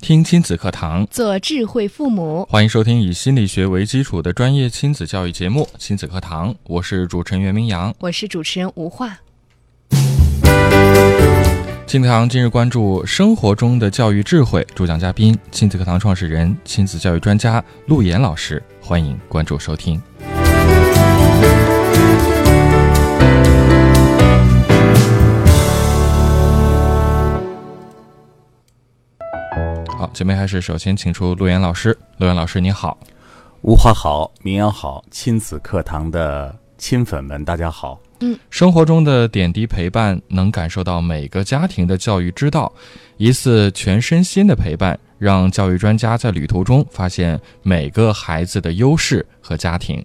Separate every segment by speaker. Speaker 1: 听亲子课堂，
Speaker 2: 做智慧父母。
Speaker 1: 欢迎收听以心理学为基础的专业亲子教育节目《亲子课堂》，我是主持人袁明阳。
Speaker 2: 我是主持人吴化。
Speaker 1: 亲子课堂近日关注生活中的教育智慧，主讲嘉宾亲子课堂创始人、亲子教育专家陆岩老师，欢迎关注收听。好，节目开始，首先请出陆岩老师。陆岩老师，你好。
Speaker 3: 无话好，民谣好，亲子课堂的亲粉们，大家好。
Speaker 1: 生活中的点滴陪伴，能感受到每个家庭的教育之道。一次全身心的陪伴，让教育专家在旅途中发现每个孩子的优势和家庭。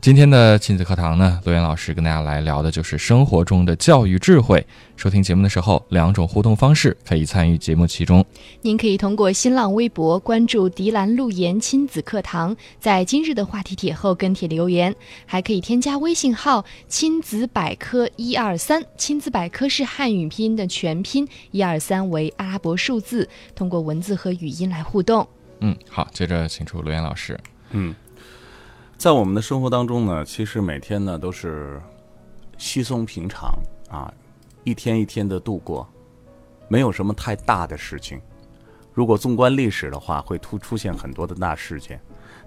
Speaker 1: 今天的亲子课堂呢，罗源老师跟大家来聊的就是生活中的教育智慧。收听节目的时候，两种互动方式可以参与节目其中。
Speaker 2: 您可以通过新浪微博关注“迪兰路言亲子课堂”，在今日的话题帖后跟帖留言，还可以添加微信号“亲子百科一二三”，亲子百科是汉语拼音的全拼，一二三为阿拉伯数字，通过文字和语音来互动。
Speaker 1: 嗯，好，接着请出罗源老师。
Speaker 3: 在我们的生活当中呢，其实每天呢都是稀松平常啊，一天一天的度过，没有什么太大的事情。如果纵观历史的话，会突出现很多的大事件。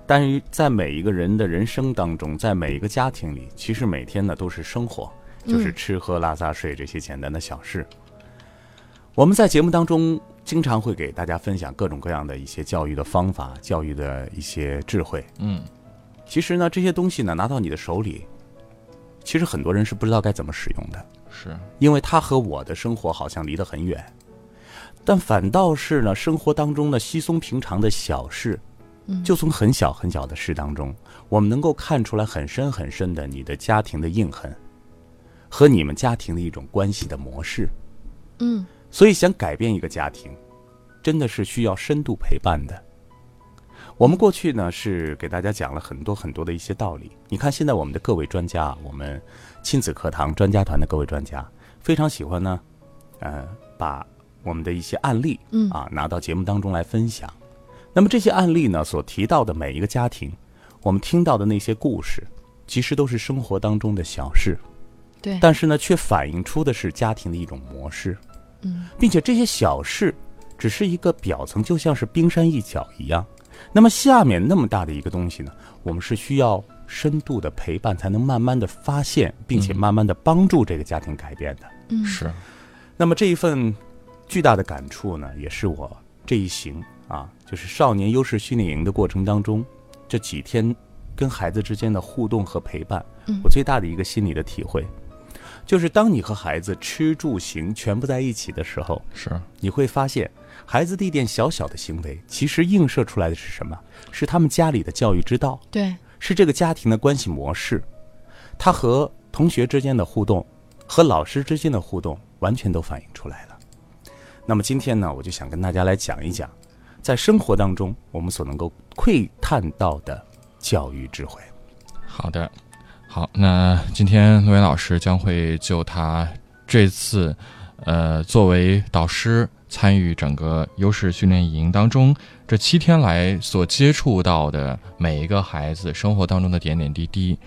Speaker 3: 但是在每一个人的人生当中，在每一个家庭里，其实每天呢都是生活，就是吃喝拉撒睡这些简单的小事。我们在节目当中经常会给大家分享各种各样的一些教育的方法、教育的一些智慧。
Speaker 1: 嗯，
Speaker 3: 其实呢，这些东西呢拿到你的手里，其实很多人是不知道该怎么使用的，
Speaker 1: 是，
Speaker 3: 因为它和我的生活好像离得很远。但反倒是呢，生活当中的稀松平常的小事，就从很小很小的事当中，我们能够看出来很深很深的你的家庭的印痕，和你们家庭的一种关系的模式。
Speaker 2: 嗯，
Speaker 3: 所以想改变一个家庭，真的是需要深度陪伴的。我们过去呢是给大家讲了很多很多的一些道理。你看，现在我们的各位专家，我们亲子课堂专家团的各位专家，非常喜欢呢，呃，把我们的一些案例，
Speaker 2: 嗯
Speaker 3: 啊，拿到节目当中来分享。那么这些案例呢，所提到的每一个家庭，我们听到的那些故事，其实都是生活当中的小事，
Speaker 2: 对，
Speaker 3: 但是呢，却反映出的是家庭的一种模式。
Speaker 2: 嗯，
Speaker 3: 并且这些小事只是一个表层，就像是冰山一角一样。那么下面那么大的一个东西呢，我们是需要深度的陪伴，才能慢慢的发现，并且慢慢的帮助这个家庭改变的。
Speaker 2: 嗯
Speaker 1: 是，
Speaker 3: 那么这一份巨大的感触呢，也是我这一行啊，就是少年优势训练营的过程当中，这几天跟孩子之间的互动和陪伴
Speaker 2: 嗯，
Speaker 3: 我最大的一个心理的体会，就是当你和孩子吃住行全部在一起的时候，
Speaker 1: 是，
Speaker 3: 你会发现，孩子的一点小小的行为，其实映射出来的是什么？是他们家里的教育之道，
Speaker 2: 对，
Speaker 3: 是这个家庭的关系模式，他和同学之间的互动，和老师之间的互动，完全都反映出来了。那么今天呢，我就想跟大家来讲一讲，在生活当中我们所能够窥探到的教育智慧。
Speaker 1: 好的，好，那今天陆岩老师将会就他这次，呃，作为导师参与整个优势训练营当中这七天来所接触到的每一个孩子生活当中的点点滴滴，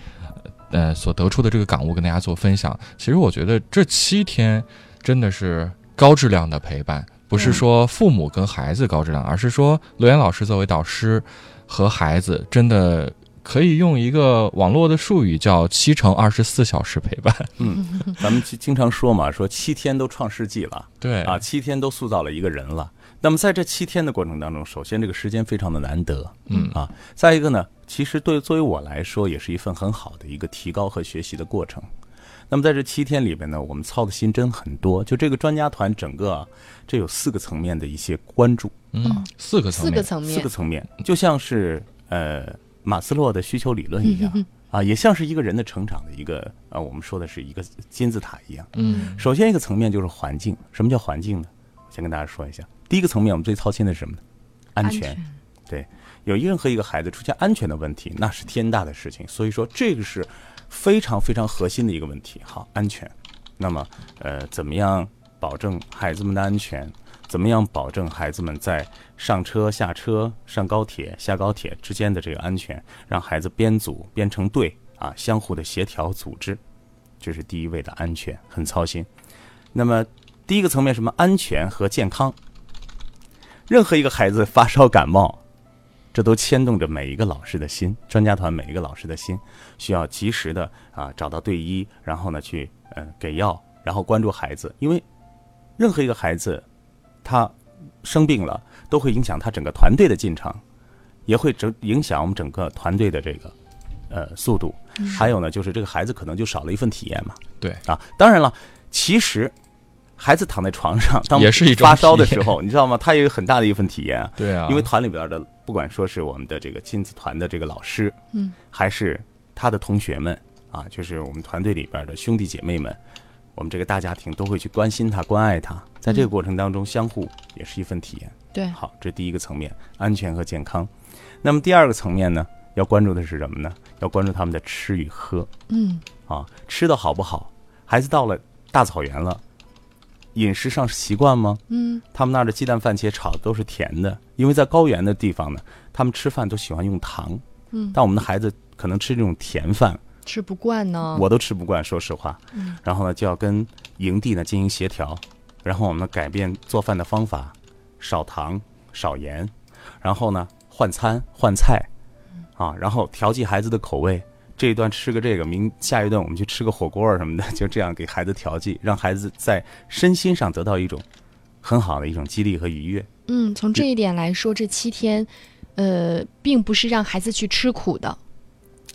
Speaker 1: 呃，所得出的这个感悟跟大家做分享。其实我觉得这七天真的是高质量的陪伴，不是说父母跟孩子高质量，而是说陆岩老师作为导师和孩子真的可以用一个网络的术语叫“七乘二十四小时陪伴
Speaker 3: 咱们经经常说嘛，说七天都创世纪了。”。
Speaker 1: 对
Speaker 3: 啊，七天都塑造了一个人了。那么在这七天的过程当中，首先这个时间非常的难得，
Speaker 1: 嗯
Speaker 3: 啊，再一个呢，其实对作为我来说，也是一份很好的一个提高和学习的过程。那么在这七天里边呢，我们操的心真很多。就这个专家团整个、啊，这有四个层面的一些关注，
Speaker 1: 嗯，四个层
Speaker 2: 四
Speaker 1: 面，
Speaker 2: 个层
Speaker 3: 四
Speaker 2: 面
Speaker 3: 个，层面，就像是呃马斯洛的需求理论一样啊，也像是一个人的成长的一个啊，我们说的是一个金字塔一样。
Speaker 1: 嗯
Speaker 3: 首先一个层面就是环境，什么叫环境呢？我先跟大家说一下，第一个层面我们最操心的是什么呢？安全。有任何一个孩子出现安全的问题，那是天大的事情。所以说，这个是非常非常核心的一个问题。好，安全。那么，呃，怎么样保证孩子们的安全？怎么样保证孩子们在上车、下车、上高铁、下高铁之间的这个安全？让孩子编组、编成队啊，相互的协调组织，这是第一位的安全，很操心。那么，第一个层面什么？安全和健康。任何一个孩子发烧、感冒，这都牵动着每一个老师的心，专家团每一个老师的心，需要及时的啊找到队医，然后呢去呃给药，然后关注孩子，因为任何一个孩子他生病了，都会影响他整个团队的进场，也会整影响我们整个团队的这个呃速度，还有呢就是这个孩子可能就少了一份体验嘛，
Speaker 1: 对
Speaker 3: 啊，当然了，其实。孩子躺在床上，当
Speaker 1: 也是一种
Speaker 3: 发烧的
Speaker 1: 体验
Speaker 3: 时候，你知道吗？他也有很大的一份体验啊。
Speaker 1: 对啊，
Speaker 3: 因为团里边的，不管说是我们的这个亲子团的这个老师，
Speaker 2: 嗯，
Speaker 3: 还是他的同学们啊，就是我们团队里边的兄弟姐妹们，我们这个大家庭都会去关心他、关爱他，在这个过程当中，相互也是一份体验。
Speaker 2: 对，
Speaker 3: 好，这第一个层面，安全和健康。那么第二个层面呢，要关注的是什么呢？要关注他们的吃与喝。
Speaker 2: 嗯，
Speaker 3: 啊，吃的好不好？孩子到了大草原了，饮食上是习惯吗？
Speaker 2: 嗯，
Speaker 3: 他们那儿的鸡蛋番茄炒的都是甜的，因为在高原的地方呢，他们吃饭都喜欢用糖。
Speaker 2: 嗯
Speaker 3: 但我们的孩子可能吃这种甜饭，
Speaker 2: 吃不惯呢。
Speaker 3: 我都吃不惯，说实话。嗯，然后呢，就要跟营地呢进行协调，然后我们改变做饭的方法，少糖少盐，然后呢换餐换菜，啊，然后调剂孩子的口味。这一段吃个这个，明下一顿我们去吃个火锅儿什么的， 就这样给孩子调剂，让孩子在身心上得到一种很好的一种激励和愉悦。
Speaker 2: 嗯，从这一点来说，这七天，呃，并不是让孩子去吃苦的。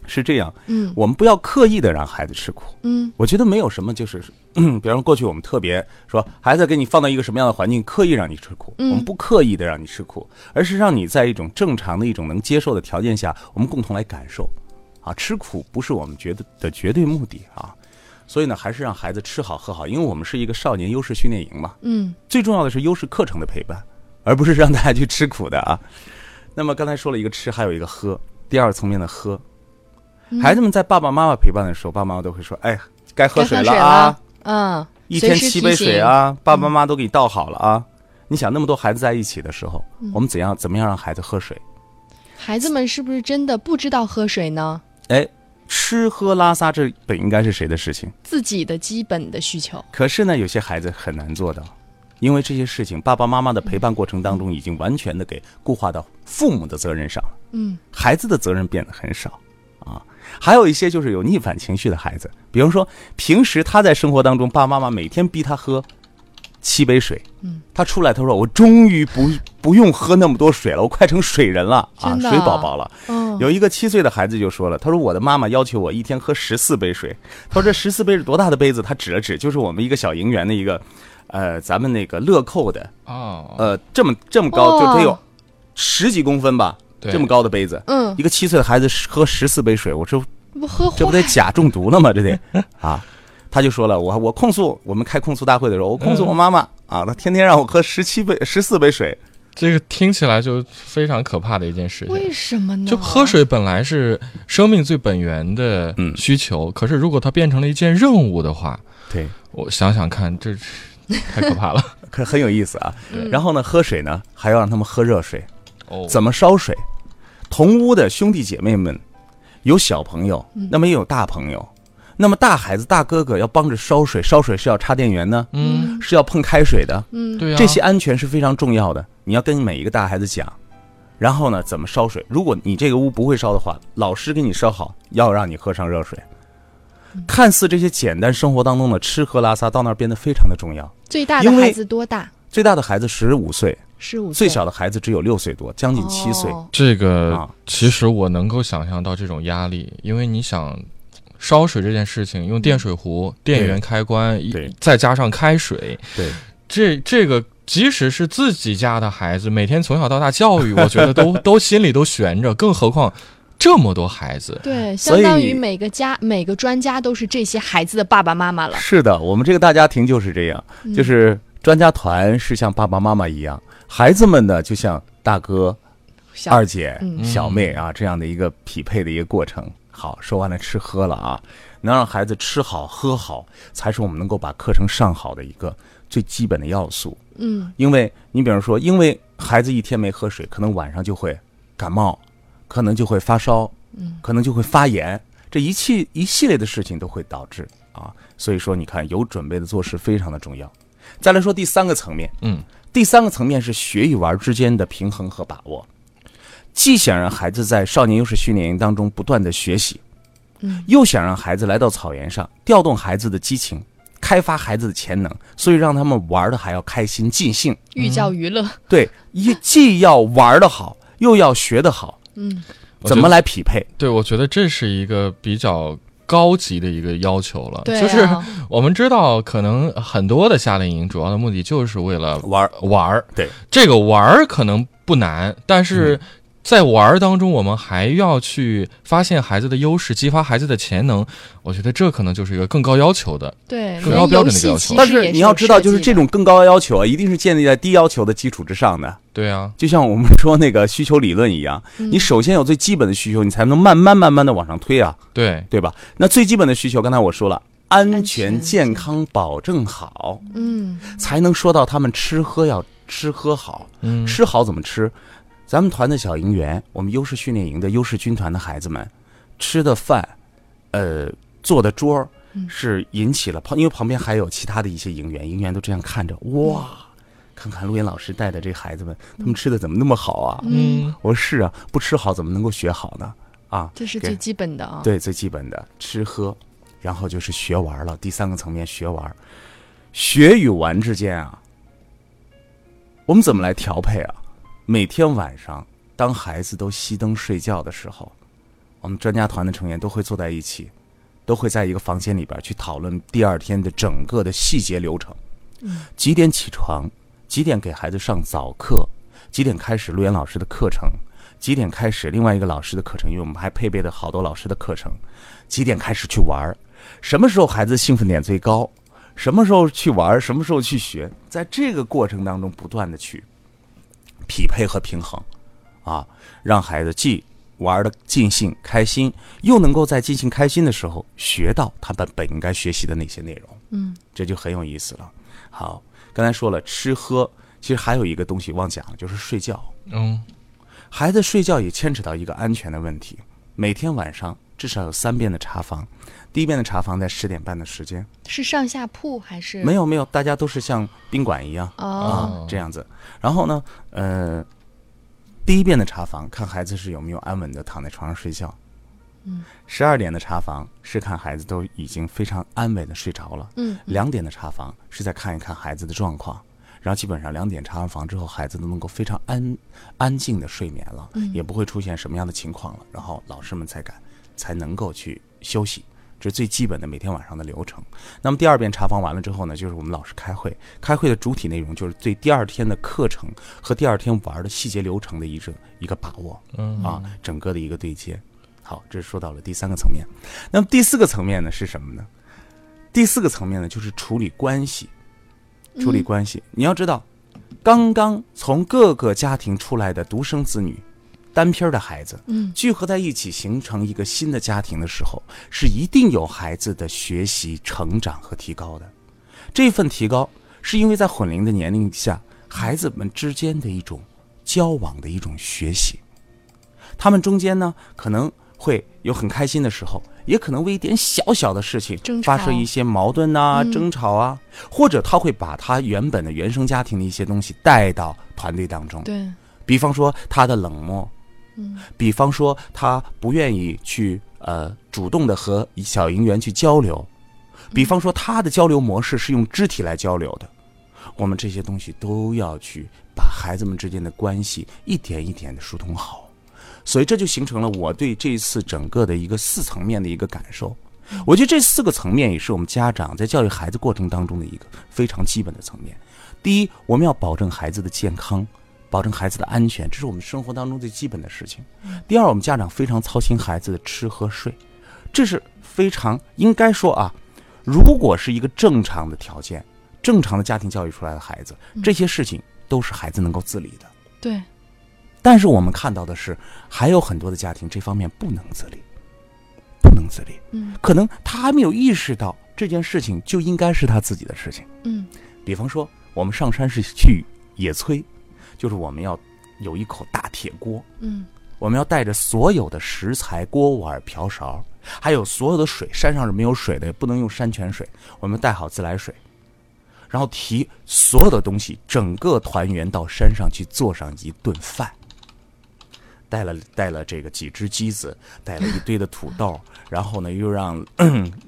Speaker 3: 是这样，
Speaker 2: 嗯
Speaker 3: 我们不要刻意的让孩子吃苦，
Speaker 2: 嗯
Speaker 3: 我觉得没有什么，就是 比方说过去我们特别说，孩子给你放到一个什么样的环境，刻意让你吃苦，
Speaker 2: 嗯
Speaker 3: 我们不刻意的让你吃苦，而是让你在一种正常的一种能接受的条件下，我们共同来感受。啊，吃苦不是我们觉得的绝对目的啊，所以呢，还是让孩子吃好喝好，因为我们是一个少年优势训练营嘛，
Speaker 2: 嗯
Speaker 3: 最重要的是优势课程的陪伴，而不是让大家去吃苦的啊。那么刚才说了一个吃，还有一个喝，第二个层面的喝，孩子们在爸爸妈妈陪伴的时候，爸爸妈妈都会说：“哎，该喝水了啊，
Speaker 2: 嗯，
Speaker 3: 一天
Speaker 2: 随时
Speaker 3: 七杯
Speaker 2: 提醒
Speaker 3: 水。啊，爸爸妈妈都给你倒好了啊。”你想那么多孩子在一起的时候，我们怎样怎么样让孩子喝水？
Speaker 2: 孩子们是不是真的不知道喝水呢？
Speaker 3: 哎，吃喝拉撒这本应该是谁的事情？
Speaker 2: 自己的基本的需求。
Speaker 3: 可是呢，有些孩子很难做到，因为这些事情，爸爸妈妈的陪伴过程当中，已经完全的给固化到父母的责任上了。
Speaker 2: 嗯，
Speaker 3: 孩子的责任变得很少啊。还有一些就是有逆反情绪的孩子，比方说平时他在生活当中，爸爸妈妈每天逼他喝七杯水，嗯，他出来他说我终于不不用喝那么多水了，我快成水人了啊，
Speaker 2: 真的
Speaker 3: 水
Speaker 2: 啊
Speaker 3: 宝宝了。
Speaker 2: 哦，
Speaker 3: 有一个七岁的孩子就说了，他说我的妈妈要求我一天喝十四杯水，他说这十四杯是多大的杯子？他指了指，就是我们一个小营园的一个，呃，咱们那个乐扣的，
Speaker 1: 哦，
Speaker 3: 呃，这么这么高，就得有
Speaker 2: 哇
Speaker 3: 十几公分吧，
Speaker 1: 对
Speaker 3: 这么高的杯子，
Speaker 2: 嗯
Speaker 3: 一，个七岁的孩子喝十四杯水，我这
Speaker 2: 不喝
Speaker 3: 这不得
Speaker 2: 坏
Speaker 3: 钾中毒了吗？这得啊，他就说了，我我控诉，我们开控诉大会的时候，我控诉我妈妈啊，她天天让我喝十七杯、十四杯水，
Speaker 1: 这个听起来就非常可怕的一件事情。
Speaker 2: 为什么啊呢？
Speaker 1: 就喝水本来是生命最本源的
Speaker 3: 嗯
Speaker 1: 需求，可是如果它变成了一件任务的话，
Speaker 3: 对，
Speaker 1: 我想想看，这 太可怕 了。
Speaker 3: 可很有意思啊。然后呢，喝水呢还要让他们喝热水，
Speaker 1: 嗯哦
Speaker 3: 怎么烧水？同屋的兄弟姐妹们，有小朋友，
Speaker 1: 嗯
Speaker 3: 那么也有大朋友，那么大孩子、大哥哥要帮着烧水，烧水是要插电源呢，
Speaker 1: 嗯，
Speaker 3: 是要碰开水的，
Speaker 2: 嗯，
Speaker 1: 对啊，
Speaker 3: 这些安全是非常重要的，你要跟每一个大孩子讲。然后呢，怎么烧水？如果你这个屋不会烧的话，老师给你烧好，要让你喝上热水。看似这些简单生活当中的吃喝拉撒，到那儿变得非常的重要。
Speaker 2: 最大的
Speaker 3: 因为
Speaker 2: 孩子多大？
Speaker 3: 最大的孩子十五岁，
Speaker 2: 十五岁，
Speaker 3: 最小的孩子只有六岁多，将近七岁。
Speaker 2: 哦
Speaker 1: 这个
Speaker 3: 啊
Speaker 1: 其实我能够想象到这种压力，因为你想烧水这件事情，用电水壶、电源开关，一
Speaker 3: 对
Speaker 1: 再加上开水，
Speaker 3: 对，
Speaker 1: 这这个即使是自己家的孩子，每天从小到大教育，我觉 得都都心里都悬着，更何况这么多孩子。
Speaker 2: 对，
Speaker 3: 哎所
Speaker 2: 相
Speaker 3: 以
Speaker 2: 当于每个家每个专家都是这些孩子的爸爸妈妈了。
Speaker 3: 是的，我们这个大家庭就是这样，就是专家团是像爸爸妈妈一样，孩子们呢就像大哥、
Speaker 2: 小
Speaker 3: 二姐、
Speaker 2: 嗯
Speaker 3: 小妹啊这样的一个匹配的一个过程。好，说完了吃喝了啊，能让孩子吃好喝好，才是我们能够把课程上好的一个最基本的要素。
Speaker 2: 嗯，
Speaker 3: 因为你比如说，因为孩子一天没喝水，可能晚上就会感冒，可能就会发烧，嗯，可能就会发炎，这一系一系列的事情都会导致啊。所以说，你看有准备的做事非常的重要。再来说第三个层面，
Speaker 1: 嗯，
Speaker 3: 第三个层面是学与玩之间的平衡和把握，既想让孩子在少年优势训练营当中不断的学习，嗯，又想让孩子来到草原上，调动孩子的激情，开发孩子的潜能，所以让他们玩的还要开心尽兴。
Speaker 2: 寓
Speaker 3: 嗯
Speaker 2: 教于乐。
Speaker 3: 对，一既要玩的好，又要学的好，
Speaker 2: 嗯，
Speaker 1: 我觉
Speaker 3: 怎
Speaker 1: 得
Speaker 3: 么来匹配？
Speaker 1: 对，我觉得这是一个比较高级的一个要求了。
Speaker 2: 对、啊，
Speaker 1: 就是我们知道，可能很多的夏令营主要的目的就是为了
Speaker 3: 玩儿
Speaker 1: 玩儿。
Speaker 3: 对，嗯
Speaker 1: 这个玩儿可能不难，但是在玩儿当中，我们还要去发现孩子的优势，激发孩子的潜能。我觉得这可能就是一个更高要求的。
Speaker 2: 对，
Speaker 1: 更
Speaker 2: 人
Speaker 1: 高标
Speaker 2: 游
Speaker 1: 准的
Speaker 2: 戏
Speaker 1: 要求
Speaker 2: 其实
Speaker 3: 但
Speaker 2: 也
Speaker 3: 是你
Speaker 2: 有
Speaker 3: 要知道，
Speaker 2: 设
Speaker 3: 就是
Speaker 2: 计
Speaker 3: 这
Speaker 2: 的
Speaker 3: 种更高的要求啊，一定是建立在低要求的基础之上的。
Speaker 1: 对啊，
Speaker 3: 就像我们说那个需求理论一样，
Speaker 2: 嗯
Speaker 3: 你首先有最基本的需求，你才能慢慢慢慢的往上推啊，
Speaker 1: 对，
Speaker 3: 对吧？那最基本的需求，刚才我说了，安全
Speaker 2: 全
Speaker 3: 健康保证好，
Speaker 2: 嗯，
Speaker 3: 才能说到他们吃喝要吃喝好。
Speaker 1: 嗯，
Speaker 3: 吃好怎么吃？咱们团的小营员，我们优势训练营的优势军团的孩子们，吃的饭，呃，坐的桌儿是引起了旁，因为旁边还有其他的一些营员，营员都这样看着，哇，看看陆岩老师带的这孩子们，他们吃的怎么那么好啊？
Speaker 1: 嗯，
Speaker 3: 我说是啊，不吃好怎么能够学好呢？啊，
Speaker 2: 这是
Speaker 3: 给
Speaker 2: 最基本的啊。
Speaker 3: 对，最基本的吃喝，然后就是学玩了。第三个层面，学玩，学与玩之间啊，我们怎么来调配啊？每天晚上，当孩子都熄灯睡觉的时候，我们专家团的成员都会坐在一起，都会在一个房间里边去讨论第二天的整个的细节流程，几点起床，几点给孩子上早课，几点开始陆岩老师的课程。几点开始另外一个老师的课程，因为我们还配备了好多老师的课程，几点开始去玩儿，什么时候孩子兴奋点最高，什么时候去玩儿，什么时候去学，在这个过程当中不断的去匹配和平衡，啊，让孩子既玩的尽兴开心，又能够在尽兴开心的时候学到他们本应该学习的那些内容，
Speaker 2: 嗯，
Speaker 3: 这就很有意思了。好，刚才说了吃喝，其实还有一个东西忘讲了，就是睡觉。
Speaker 1: 嗯，
Speaker 3: 孩子睡觉也牵扯到一个安全的问题。每天晚上至少有三遍的查房，第一遍的查房在十点半的时间，
Speaker 2: 是上下铺还是
Speaker 3: 没有没有，大家都是像宾馆一样
Speaker 2: 哦，
Speaker 3: 啊、
Speaker 1: 哦
Speaker 3: 这样子。然后呢，呃，第一遍的查房看孩子是有没有安稳的躺在床上睡觉，嗯，十二点的查房是看孩子都已经非常安稳的睡着了，
Speaker 2: 嗯，
Speaker 3: 两点的查房是在看一看孩子的状况，然后基本上两点查完房之后，孩子都能够非常安安静的睡眠了，也不会出现什么样的情况了，然后老师们才敢才能够去休息。这是最基本的每天晚上的流程。那么第二遍查房完了之后呢，就是我们老师开会，开会的主体内容就是对第二天的课程和第二天玩的细节流程的一个一个把握，
Speaker 1: 嗯
Speaker 3: 啊，整个的一个对接。好，这是说到了第三个层面。那么第四个层面呢是什么呢？第四个层面呢就是处理关系，
Speaker 2: 嗯
Speaker 3: 处理关系。你要知道，刚刚从各个家庭出来的独生子女、单偏儿的孩子，
Speaker 2: 嗯，
Speaker 3: 聚合在一起形成一个新的家庭的时候，是一定有孩子的学习、成长和提高的。这份提高是因为在混龄的年龄下，孩子们之间的一种交往的一种学习。他们中间呢，可能会有很开心的时候，也可能为一点小小的事情
Speaker 2: 争吵
Speaker 3: 发生一些矛盾呐、
Speaker 2: 嗯
Speaker 3: 争吵啊，或者他会把他原本的原生家庭的一些东西带到团队当中。
Speaker 2: 对，
Speaker 3: 比方说他的冷漠，
Speaker 2: 嗯，
Speaker 3: 比方说他不愿意去呃主动的和小营员去交流，比方说他的交流模式是用肢体来交流的，我们这些东西都要去把孩子们之间的关系一点一点的疏通好，所以这就形成了我对这次整个的一个四层面的一个感受。我觉得这四个层面也是我们家长在教育孩子过程当中的一个非常基本的层面。第一，我们要保证孩子的健康，保证孩子的安全，这是我们生活当中最基本的事情。第二，我们家长非常操心孩子的吃和睡，这是非常应该说啊，如果是一个正常的条件，正常的家庭教育出来的孩子，这些事情都是孩子能够自理的。
Speaker 2: 对，
Speaker 3: 但是我们看到的是，还有很多的家庭这方面不能自理，不能自理，
Speaker 2: 嗯
Speaker 3: 可能他还没有意识到这件事情就应该是他自己的事情。
Speaker 2: 嗯
Speaker 3: 比方说，我们上山是去野炊，就是我们要有一口大铁锅，
Speaker 2: 嗯
Speaker 3: 我们要带着所有的食材、锅碗瓢勺，还有所有的水。山上是没有水的，也不能用山泉水，我们带好自来水，然后提所有的东西，整个团员到山上去做上一顿饭。带了带了这个几只鸡子，带了一堆的土豆，然后呢，又让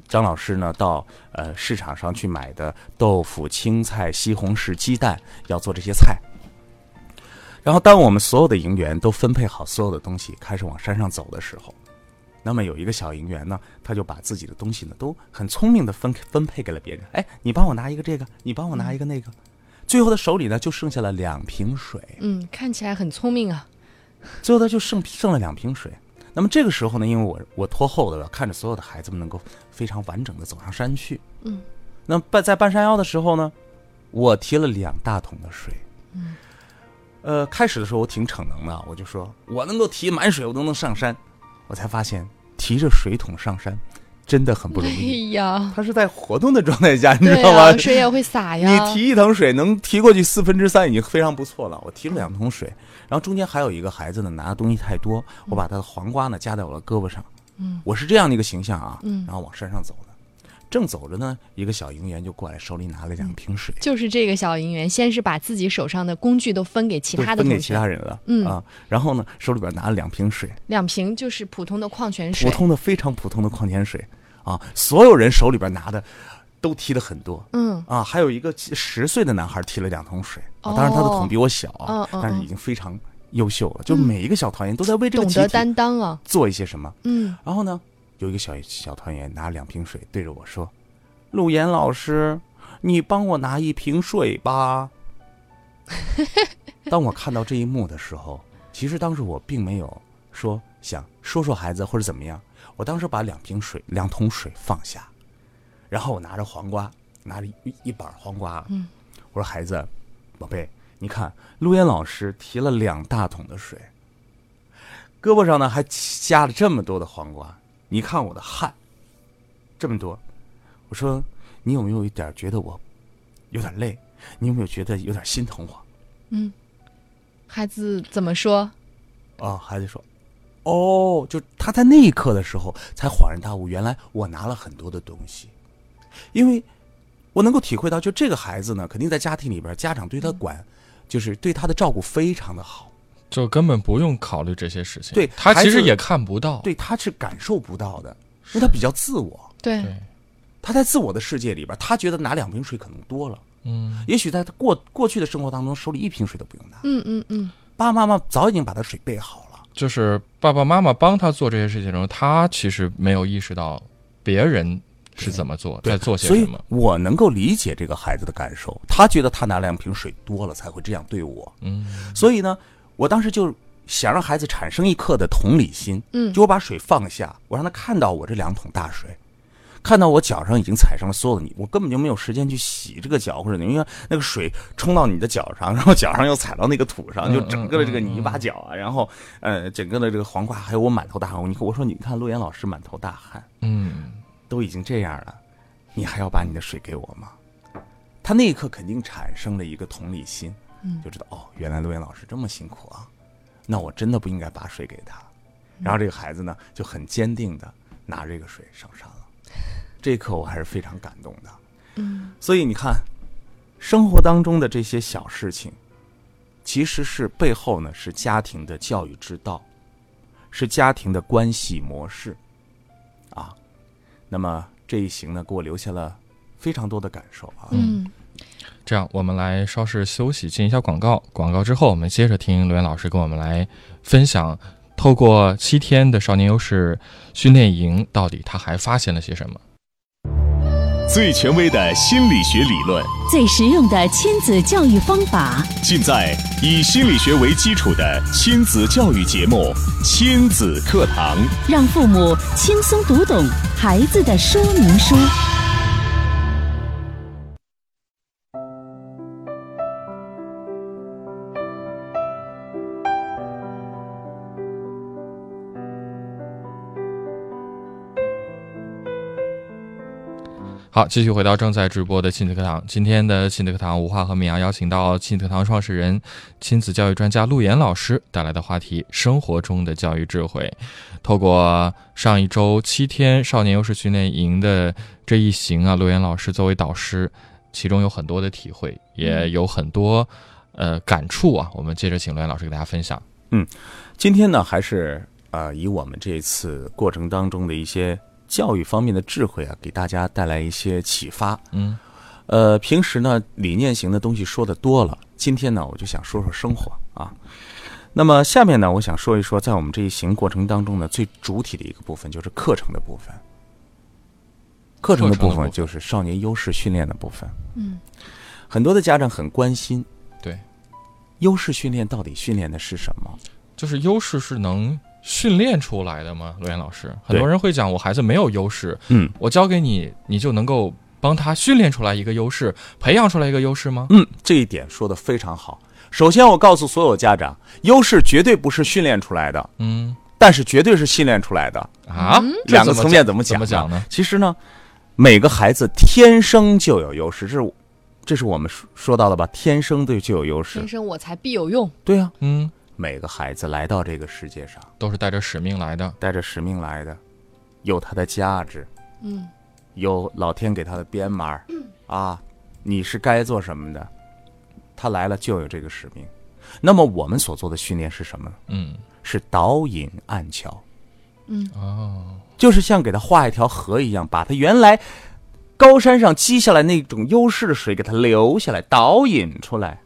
Speaker 3: 张老师呢到呃市场上去买的豆腐、青菜、西红柿、鸡蛋，要做这些菜。然后，当我们所有的营员都分配好所有的东西，开始往山上走的时候，那么有一个小营员呢，他就把自己的东西呢都很聪明的分分配给了别人。哎，你帮我拿一个这个，你帮我拿一个那个。最后他手里呢就剩下了两瓶水。
Speaker 2: 嗯，看起来很聪明啊。
Speaker 3: 最后他就剩剩了两瓶水。那么这个时候呢，因为我我拖后的，看着所有的孩子们能够非常完整的走上山去。
Speaker 2: 嗯，
Speaker 3: 那半在半山腰的时候呢，我提了两大桶的水。嗯，呃，开始的时候我挺逞能的，我就说我能够提满水，我都能上山。我才发现提着水桶上山真的很不容易。
Speaker 2: 哎呀，
Speaker 3: 它是在活动的状态下，你
Speaker 2: 对啊
Speaker 3: 知道吗？
Speaker 2: 呀，水也会洒哎呀。
Speaker 3: 啊你提一桶水能提过去四分之三已经非常不错了。我提了两桶水，然后中间还有一个孩子呢拿的东西太多，我把他的黄瓜呢夹在我的胳膊上。嗯，我是这样的一个形象啊。
Speaker 2: 嗯
Speaker 3: 然后往山上走的，正走着呢，一个小营员就过来，手里拿了两瓶水，
Speaker 2: 就是这个小营员，先是把自己手上的工具都分给其
Speaker 3: 对
Speaker 2: 他的
Speaker 3: 分给
Speaker 2: 同
Speaker 3: 其
Speaker 2: 学，
Speaker 3: 他人了。
Speaker 2: 嗯
Speaker 3: 啊，然后呢手里边拿了两瓶水，
Speaker 2: 两瓶就是普通的矿泉水
Speaker 3: 普。通的非常普通的矿泉水啊，所有人手里边拿的都提的很多。
Speaker 2: 嗯
Speaker 3: 啊，还有一个十岁的男孩提了两桶水，啊
Speaker 2: 哦
Speaker 3: 当然他的桶比我小啊，
Speaker 2: 嗯嗯
Speaker 3: 但是已经非常优秀了。就每一个小团员都在为这个
Speaker 2: 嗯懂
Speaker 3: 集
Speaker 2: 得
Speaker 3: 体
Speaker 2: 担当啊。
Speaker 3: 做一些什么。
Speaker 2: 嗯
Speaker 3: 然后呢，有一个小小团员拿两瓶水对着我说：“陆岩老师，你帮我拿一瓶水吧。”当我看到这一幕的时候，其实当时我并没有说想说说孩子或者怎么样，我当时把两瓶水、两桶水放下，然后我拿着黄瓜，拿着一一板黄瓜，嗯，我说孩子，宝贝，你看陆岩老师提了两大桶的水，胳膊上呢还夹了这么多的黄瓜，你看我的汗，这么多。我说你有没有一点觉得我有点累？你有没有觉得有点心疼我？
Speaker 2: 嗯，孩子怎么说？
Speaker 3: 啊，孩子说，哦，就他在那一刻的时候才恍然大悟，原来我拿了很多的东西，因为我能够体会到，就这个孩子呢，肯定在家庭里边，家长对他管，就是对他的照顾非常的好。
Speaker 1: 就根本不用考虑这些事情。
Speaker 3: 对
Speaker 1: 他其
Speaker 3: 孩
Speaker 1: 实
Speaker 3: 子
Speaker 1: 也看不到。
Speaker 3: 对他是感受不到的，因为他比较自我。
Speaker 2: 对，
Speaker 1: 对
Speaker 3: 他在自我的世界里边，他觉得拿两瓶水可能多了，
Speaker 1: 嗯，
Speaker 3: 也许在他过过去的生活当中，手里一瓶水都不用拿，
Speaker 2: 嗯嗯嗯，
Speaker 3: 爸爸妈妈早已经把他水备好了。
Speaker 1: 就是爸爸妈妈帮他做这些事情的时候，他其实没有意识到别人是怎么做，在做些
Speaker 3: 所
Speaker 1: 什
Speaker 3: 以
Speaker 1: 么。
Speaker 3: 我能够理解这个孩子的感受，他觉得他拿两瓶水多了才会这样对我。
Speaker 1: 嗯，
Speaker 3: 所以呢，我当时就想让孩子产生一刻的同理心，
Speaker 2: 嗯
Speaker 3: 就我把水放下，我让他看到我这两桶大水，看到我脚上已经踩上了所有的泥，我根本就没有时间去洗这个脚或者因为那个水冲到你的脚上，然后脚上又踩到那个土上，
Speaker 1: 嗯
Speaker 3: 就整个的这个泥巴脚啊，然后呃，整个的这个黄瓜，还有我满头大汗。你看，我说你看陆岩老师满头大汗，
Speaker 1: 嗯，
Speaker 3: 都已经这样了，你还要把你的水给我吗？他那一刻肯定产生了一个同理心，就知道哦，原来陆岩老师这么辛苦啊，那我真的不应该把水给他。然后这个孩子呢就很坚定的拿这个水上山了，这一刻我还是非常感动的。嗯，所以你看，生活当中的这些小事情，其实是背后呢是家庭的教育之道，是家庭的关系模式，啊，那么这一行呢给我留下了非常多的感受啊。
Speaker 2: 嗯
Speaker 1: 这样我们来稍事休息，进一下广告。广告之后，我们接着听罗源老师跟我们来分享，透过七天的少年优势训练营，到底他还发现了些什么。
Speaker 4: 最权威的心理学理论，
Speaker 5: 最实用的亲子教育方法，
Speaker 4: 尽在以心理学为基础的亲子教育节目《亲子课堂》。
Speaker 5: 让父母轻松读懂孩子的说明书。
Speaker 1: 好，继续回到正在直播的亲子课堂。今天的亲子课堂，吴话和米阳邀请到亲子课堂创始人、亲子教育专家陆岩老师带来的话题：生活中的教育智慧。透过上一周七天少年优势训练营的这一行啊，陆岩老师作为导师，其中有很多的体会，也有很多呃感触啊。我们接着请陆岩老师给大家分享。
Speaker 3: 今天呢，还是呃以我们这一次过程当中的一些教育方面的智慧啊，给大家带来一些启发。
Speaker 1: 嗯，
Speaker 3: 呃，平时呢理念型的东西说的多了，今天呢我就想说说生活啊。那么下面呢，我想说一说在我们这一行过程当中呢，最主体的一个部分就是课程的部分。课程的部
Speaker 1: 课程的部
Speaker 3: 分
Speaker 1: 分
Speaker 3: 就是少年优势训练的部分。
Speaker 2: 嗯，
Speaker 3: 很多的家长很关心
Speaker 1: 对，
Speaker 3: 优势训练到底训练的是什么？
Speaker 1: 就是优势是能训练出来的吗？陆岩老师，很
Speaker 3: 对
Speaker 1: 多人会讲我孩子没有优势，
Speaker 3: 嗯，
Speaker 1: 我教给你，你就能够帮他训练出来一个优势，培养出来一个优势吗？
Speaker 3: 嗯，这一点说的非常好。首先，我告诉所有家长，优势绝对不是训练出来的，
Speaker 1: 嗯
Speaker 3: 但是绝对是训练出来的。
Speaker 1: 啊，
Speaker 2: 嗯
Speaker 1: 这
Speaker 3: 两个
Speaker 1: 怎么
Speaker 3: 层面怎么讲
Speaker 1: 怎么讲呢？
Speaker 3: 其实呢，每个孩子天生就有优势，这是这是我们说说到的吧？天生对就有优势
Speaker 2: 天，生我材必有用。
Speaker 3: 对啊，
Speaker 1: 嗯，
Speaker 3: 每个孩子来到这个世界上，
Speaker 1: 都是带着使命来的。
Speaker 3: 带着使命来的，有他的价值，
Speaker 2: 嗯，
Speaker 3: 有老天给他的编码儿，啊，你是该做什么的，他来了就有这个使命。那么我们所做的训练是什么呢？
Speaker 1: 嗯，
Speaker 3: 是导引暗桥，
Speaker 1: 哦，
Speaker 3: 就是像给他画一条河一样，把他原来高山上积下来那种优势的水给它流下来，导引出来，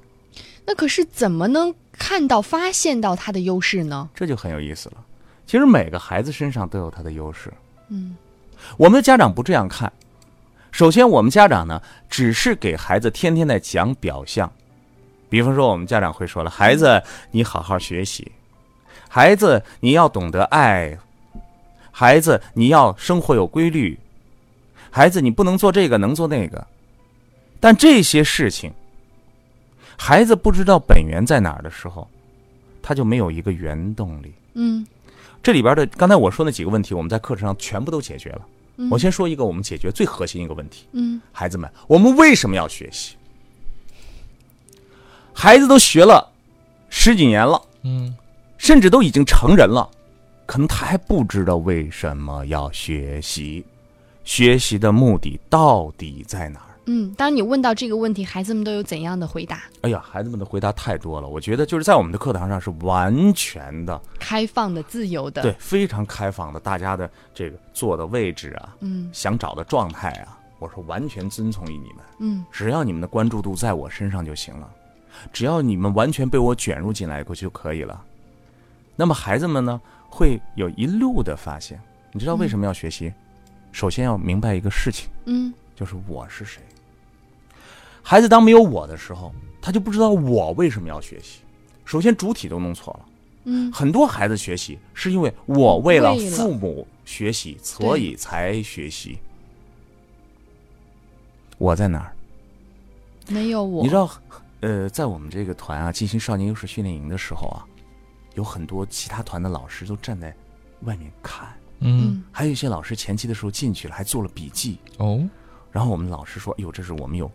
Speaker 2: 那可是怎么能看到、发现到他的优势呢？
Speaker 3: 这就很有意思了。其实每个孩子身上都有他的优势，
Speaker 2: 嗯，
Speaker 3: 我们的家长不这样看。首先，我们家长呢，只是给孩子天天在讲表象，比方说，我们家长会说了，孩子，你好好学习，孩子，你要懂得爱，孩子，你要生活有规律，孩子，你不能做这个，能做那个。但这些事情，孩子不知道本源在哪儿的时候，他就没有一个原动力。
Speaker 2: 嗯，
Speaker 3: 这里边的刚才我说那几个问题，我们在课程上全部都解决了。
Speaker 2: 嗯
Speaker 3: 我先说一个我们解决最核心一个问题，
Speaker 2: 嗯，
Speaker 3: 孩子们，我们为什么要学习？孩子都学了十几年了，
Speaker 1: 嗯，
Speaker 3: 甚至都已经成人了，可能他还不知道为什么要学习，学习的目的到底在哪儿？
Speaker 2: 嗯，当你问到这个问题，孩子们都有怎样的回答？
Speaker 3: 哎呀，孩子们的回答太多了，我觉得就是在我们的课堂上是完全的
Speaker 2: 开放的、自由的。
Speaker 3: 对，，非常开放的，大家的这个坐的位置啊，
Speaker 2: 嗯
Speaker 3: 想找的状态啊，我说完全遵从于你们，
Speaker 2: 嗯
Speaker 3: 只要你们的关注度在我身上就行了，只要你们完全被我卷入进来过就可以了。那么孩子们呢，会有一路的发现。你知道为什么要学习？首先要明白一个事情，
Speaker 2: 嗯
Speaker 3: 就是我是谁。孩子当没有我的时候，他就不知道我为什么要学习。首先主体都弄错了。
Speaker 2: 嗯
Speaker 3: 很多孩子学习是因为我为了
Speaker 2: 为了
Speaker 3: 父母学习，所以才学习。我在哪儿？
Speaker 2: 嗯没有我。
Speaker 3: 你知道，呃，在我们这个团啊进行少年优势训练营的时候啊，有很多其他团的老师都站在外面看，
Speaker 1: 嗯，
Speaker 2: 嗯
Speaker 3: 还有一些老师前期的时候进去了，还做了笔记。
Speaker 1: 哦，
Speaker 2: 嗯
Speaker 3: 然后我们老师说：“哎呦，这是我们有，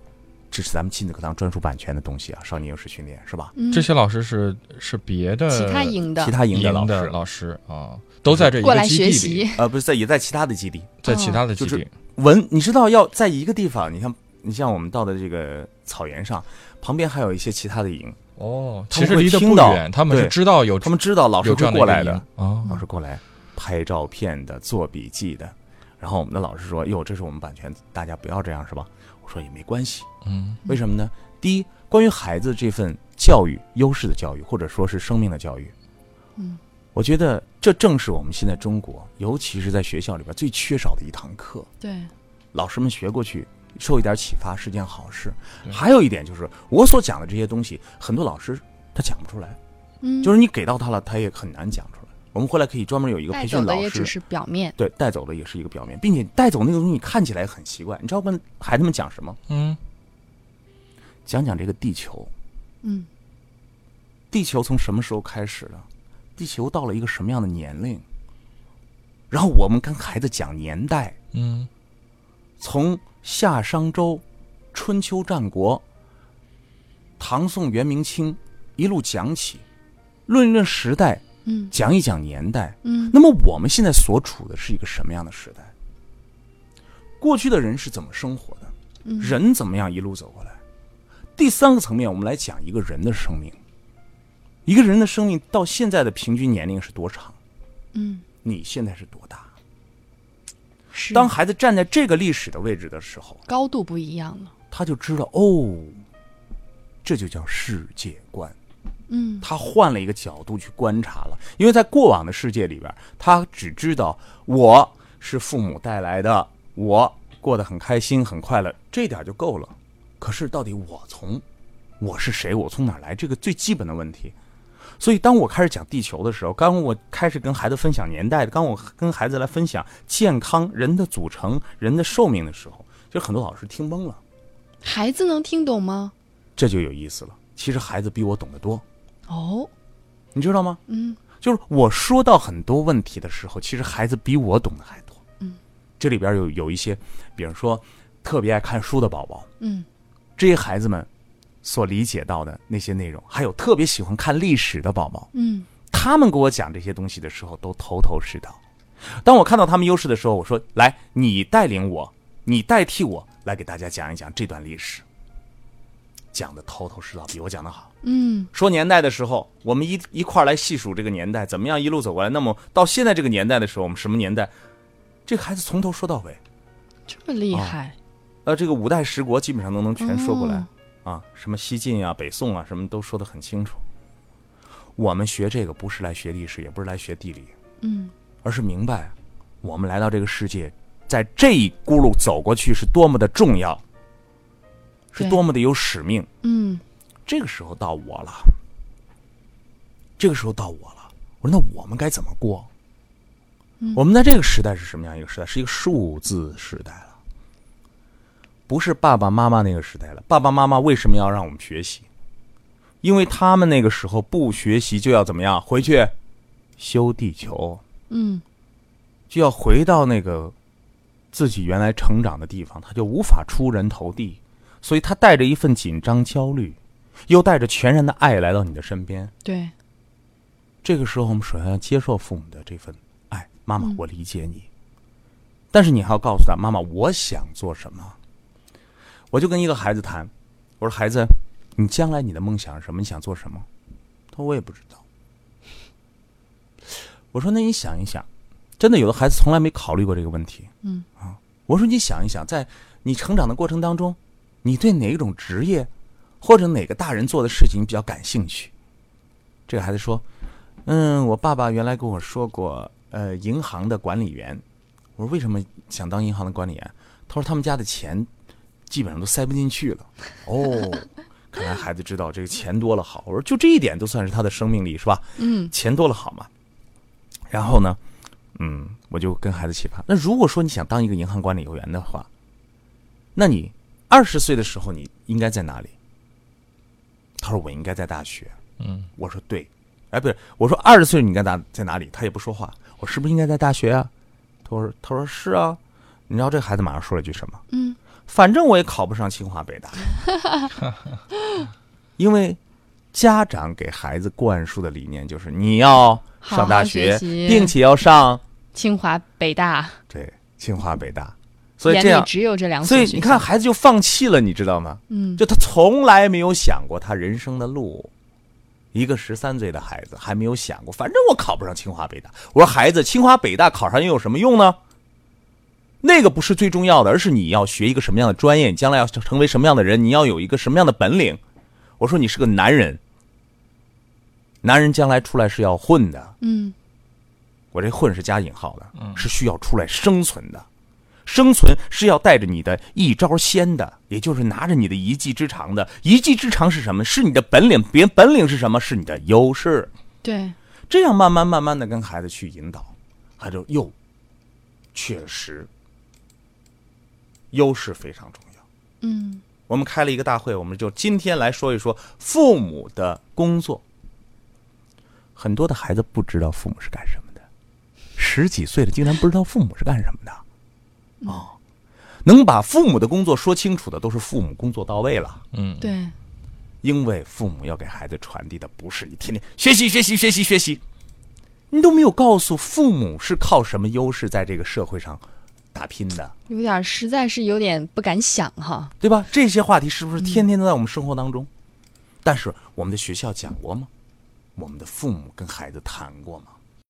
Speaker 3: 这是咱们亲子课堂专属版权的东西啊，少年优势训练是吧？
Speaker 2: 嗯，
Speaker 1: 这些老师是是别的
Speaker 2: 其他营的
Speaker 3: 其他营
Speaker 1: 营
Speaker 3: 的老
Speaker 1: 的
Speaker 3: 师，
Speaker 1: 老师啊，都在这一
Speaker 2: 过
Speaker 1: 个
Speaker 2: 来
Speaker 1: 基
Speaker 2: 学
Speaker 1: 地里，
Speaker 2: 习。
Speaker 3: 呃，不是在也在其他的基地，
Speaker 1: 在其他的基
Speaker 3: 嗯就
Speaker 1: 地
Speaker 3: 是，文，你知道要在一个地方，你像你像我们到的这个草原上，旁边还有一些其他的营，
Speaker 1: 哦，
Speaker 3: 他
Speaker 1: 其
Speaker 3: 们
Speaker 1: 实
Speaker 3: 会
Speaker 1: 离得不
Speaker 3: 听到
Speaker 1: 远，他们是
Speaker 3: 对
Speaker 1: 知道有
Speaker 3: 他们知道老师
Speaker 1: 有这
Speaker 3: 会
Speaker 1: 样
Speaker 3: 过来
Speaker 1: 一个
Speaker 3: 的
Speaker 1: 营，啊，
Speaker 3: 老师过来拍照片的、做笔记的。然后我们的老师说：“哟，这是我们版权，大家不要这样，是吧？”我说也没关系，
Speaker 1: 嗯
Speaker 3: 为什么呢？第一，关于孩子这份教育、优势的教育，或者说是生命的教育，
Speaker 2: 嗯，
Speaker 3: 我觉得这正是我们现在中国，尤其是在学校里边最缺少的一堂课，
Speaker 2: 对，
Speaker 3: 老师们学过去，受一点启发是件好事。还有一点就是，我所讲的这些东西，很多老师他讲不出来，
Speaker 2: 嗯，
Speaker 3: 就是你给到他了，他也很难讲出来。我们回来可以专门有一个
Speaker 2: 带
Speaker 3: 培
Speaker 2: 走
Speaker 3: 训
Speaker 2: 的
Speaker 3: 老
Speaker 2: 也只
Speaker 3: 师，
Speaker 2: 是表面，
Speaker 3: 对，带走的也是一个表面，并且带走那个东西看起来很奇怪。你知道跟孩子们讲什么？
Speaker 1: 嗯
Speaker 3: 讲讲这个地球，
Speaker 2: 嗯，
Speaker 3: 地球从什么时候开始的？地球到了一个什么样的年龄？然后我们跟孩子讲年代，
Speaker 1: 嗯
Speaker 3: 从夏商周、春秋战国、唐宋元明清一路讲起，论一论时代，
Speaker 2: 嗯
Speaker 3: 讲一讲年代。
Speaker 2: 嗯，
Speaker 3: 那么我们现在所处的是一个什么样的时代？过去的人是怎么生活的？
Speaker 2: 嗯
Speaker 3: 人怎么样一路走过来？第三个层面，我们来讲一个人的生命。一个人的生命到现在的平均年龄是多长？
Speaker 2: 嗯，
Speaker 3: 你现在是多大？
Speaker 2: 是
Speaker 3: 当孩子站在这个历史的位置的时候，
Speaker 2: 高度不一样了，
Speaker 3: 他就知道哦，这就叫世界观。
Speaker 2: 嗯，
Speaker 3: 他换了一个角度去观察了，因为在过往的世界里边，他只知道我是父母带来的，我过得很开心很快乐，这点就够了。可是到底我从我是谁，我从哪儿来，这个最基本的问题。所以，当我开始讲地球的时候，刚我开始跟孩子分享年代，刚我跟孩子来分享健康、人的组成、人的寿命的时候，就很多老师听懵了。
Speaker 2: 孩子能听懂吗？
Speaker 3: 这就有意思了。其实孩子比我懂得多，
Speaker 2: 哦，
Speaker 3: 你知道吗？
Speaker 2: 嗯，
Speaker 3: 就是我说到很多问题的时候，其实孩子比我懂得还多。
Speaker 2: 嗯，
Speaker 3: 这里边有有一些，比如说特别爱看书的宝宝，
Speaker 2: 嗯
Speaker 3: 这些孩子们所理解到的那些内容，还有特别喜欢看历史的宝宝，
Speaker 2: 嗯，
Speaker 3: 他们给我讲这些东西的时候都头头是道。当我看到他们优势的时候，我说：“来，你带领我，你代替我来给大家讲一讲这段历史。”讲的头头是道，比我讲的好。
Speaker 2: 嗯，
Speaker 3: 说年代的时候，我们一一块儿来细数这个年代怎么样一路走过来。那么到现在这个年代的时候，我们什么年代？这个孩子从头说到尾，
Speaker 2: 这
Speaker 3: 哦
Speaker 2: 么厉害，
Speaker 3: 呃，这个五代十国基本上都能全说过来
Speaker 2: 哦、
Speaker 3: 啊，什么西晋啊、北宋啊，什么都说得很清楚。我们学这个不是来学历史，也不是来学地理，
Speaker 2: 嗯
Speaker 3: 而是明白我们来到这个世界，在这一轱辘走过去是多么的重要，是
Speaker 2: 对
Speaker 3: 多么的有使命。
Speaker 2: 嗯
Speaker 3: 这个时候到我了，这个时候到我了。我说那我们该怎么过？我们在这个时代是什么样一个时代？是一个数字时代了，不是爸爸妈妈那个时代了。爸爸妈妈为什么要让我们学习？因为他们那个时候不学习就要怎么样？回去修地球，
Speaker 2: 嗯，
Speaker 3: 就要回到那个自己原来成长的地方，他就无法出人头地，所以他带着一份紧张、焦虑，又带着全然的爱来到你的身边。
Speaker 2: 对，
Speaker 3: 这个时候，我们首先要接受父母的这份爱。妈妈，我理解你，但是你还要告诉他，妈妈，我想做什么。我就跟一个孩子谈，我说：“孩子，你将来你的梦想是什么？你想做什么？”他说：“我也不知道。”我说：“那你想一想，真的有的孩子从来没考虑过这个问题。”嗯啊，我说你想一想，在你成长的过程当中，你对哪一种职业或者哪个大人做的事情你比较感兴趣？这个孩子说：“嗯，我爸爸原来跟我说过，呃，银行的管理员。我说为什么想当银行的管理员？他说他们家的钱基本上都塞不进去了。哦，看来孩子知道这个钱多了好。我说就这一点都算是他的生命力是吧？
Speaker 2: 嗯，
Speaker 3: 钱多了好嘛。然后呢，嗯，我就跟孩子启发，那如果说你想当一个银行管理员的话，那你二十岁的时候你应该在哪里？他说我应该在大学。
Speaker 1: 嗯，
Speaker 3: 我说对，哎，不是，我说二十岁你应该哪在哪里？他也不说话。我是不是应该在大学啊？他说他说是啊。你知道这孩子马上说了一句什么？
Speaker 2: 嗯，
Speaker 3: 反正我也考不上清华 北大，因为家长给孩子灌输的理念就是你要上大
Speaker 2: 好好学习
Speaker 3: 并且要上
Speaker 2: 清华北大
Speaker 3: 对清华北大，所以
Speaker 2: 眼
Speaker 3: 这
Speaker 2: 里
Speaker 3: 样，
Speaker 2: 只有这两所
Speaker 3: 所以
Speaker 2: 学校，
Speaker 3: 你看，孩子就放弃了，你知道吗？
Speaker 2: 嗯，
Speaker 3: 就他从来没有想过他人生的路。一个十三岁的孩子还没有想过，反正我考不上清华北大。我说孩子，清华北大考上又有什么用呢？那个不是最重要的，而是你要学一个什么样的专业，你将来要成为什么样的人，你要有一个什么样的本领。我说你是个男人，男人将来出来是要混的，
Speaker 2: 嗯
Speaker 3: 我这混是加引号的，是需要出来生存的，生存是要带着你的一招鲜的，也就是拿着你的一技之长的。一技之长是什么？是你的本领。别本领是什么？是你的优势。
Speaker 6: 对，
Speaker 3: 这样慢慢慢慢的跟孩子去引导，他就哟，确实，优势非常重要。
Speaker 6: 嗯，
Speaker 3: 我们开了一个大会，我们就今天来说一说父母的工作。很多的孩子不知道父母是干什么的，十几岁的竟然不知道父母是干什么的，哦，能把父母的工作说清楚的，都是父母工作到位了。
Speaker 1: 嗯，
Speaker 6: 对，
Speaker 3: 因为父母要给孩子传递的不是你天天学习学习学习学习，你都没有告诉父母是靠什么优势在这个社会上打拼的，
Speaker 6: 有点儿实在是有点不敢想哈。
Speaker 3: 对吧？这些话题是不是天天都在我们生活当中？但是我们的学校讲过吗？我们的父母跟孩子谈过吗？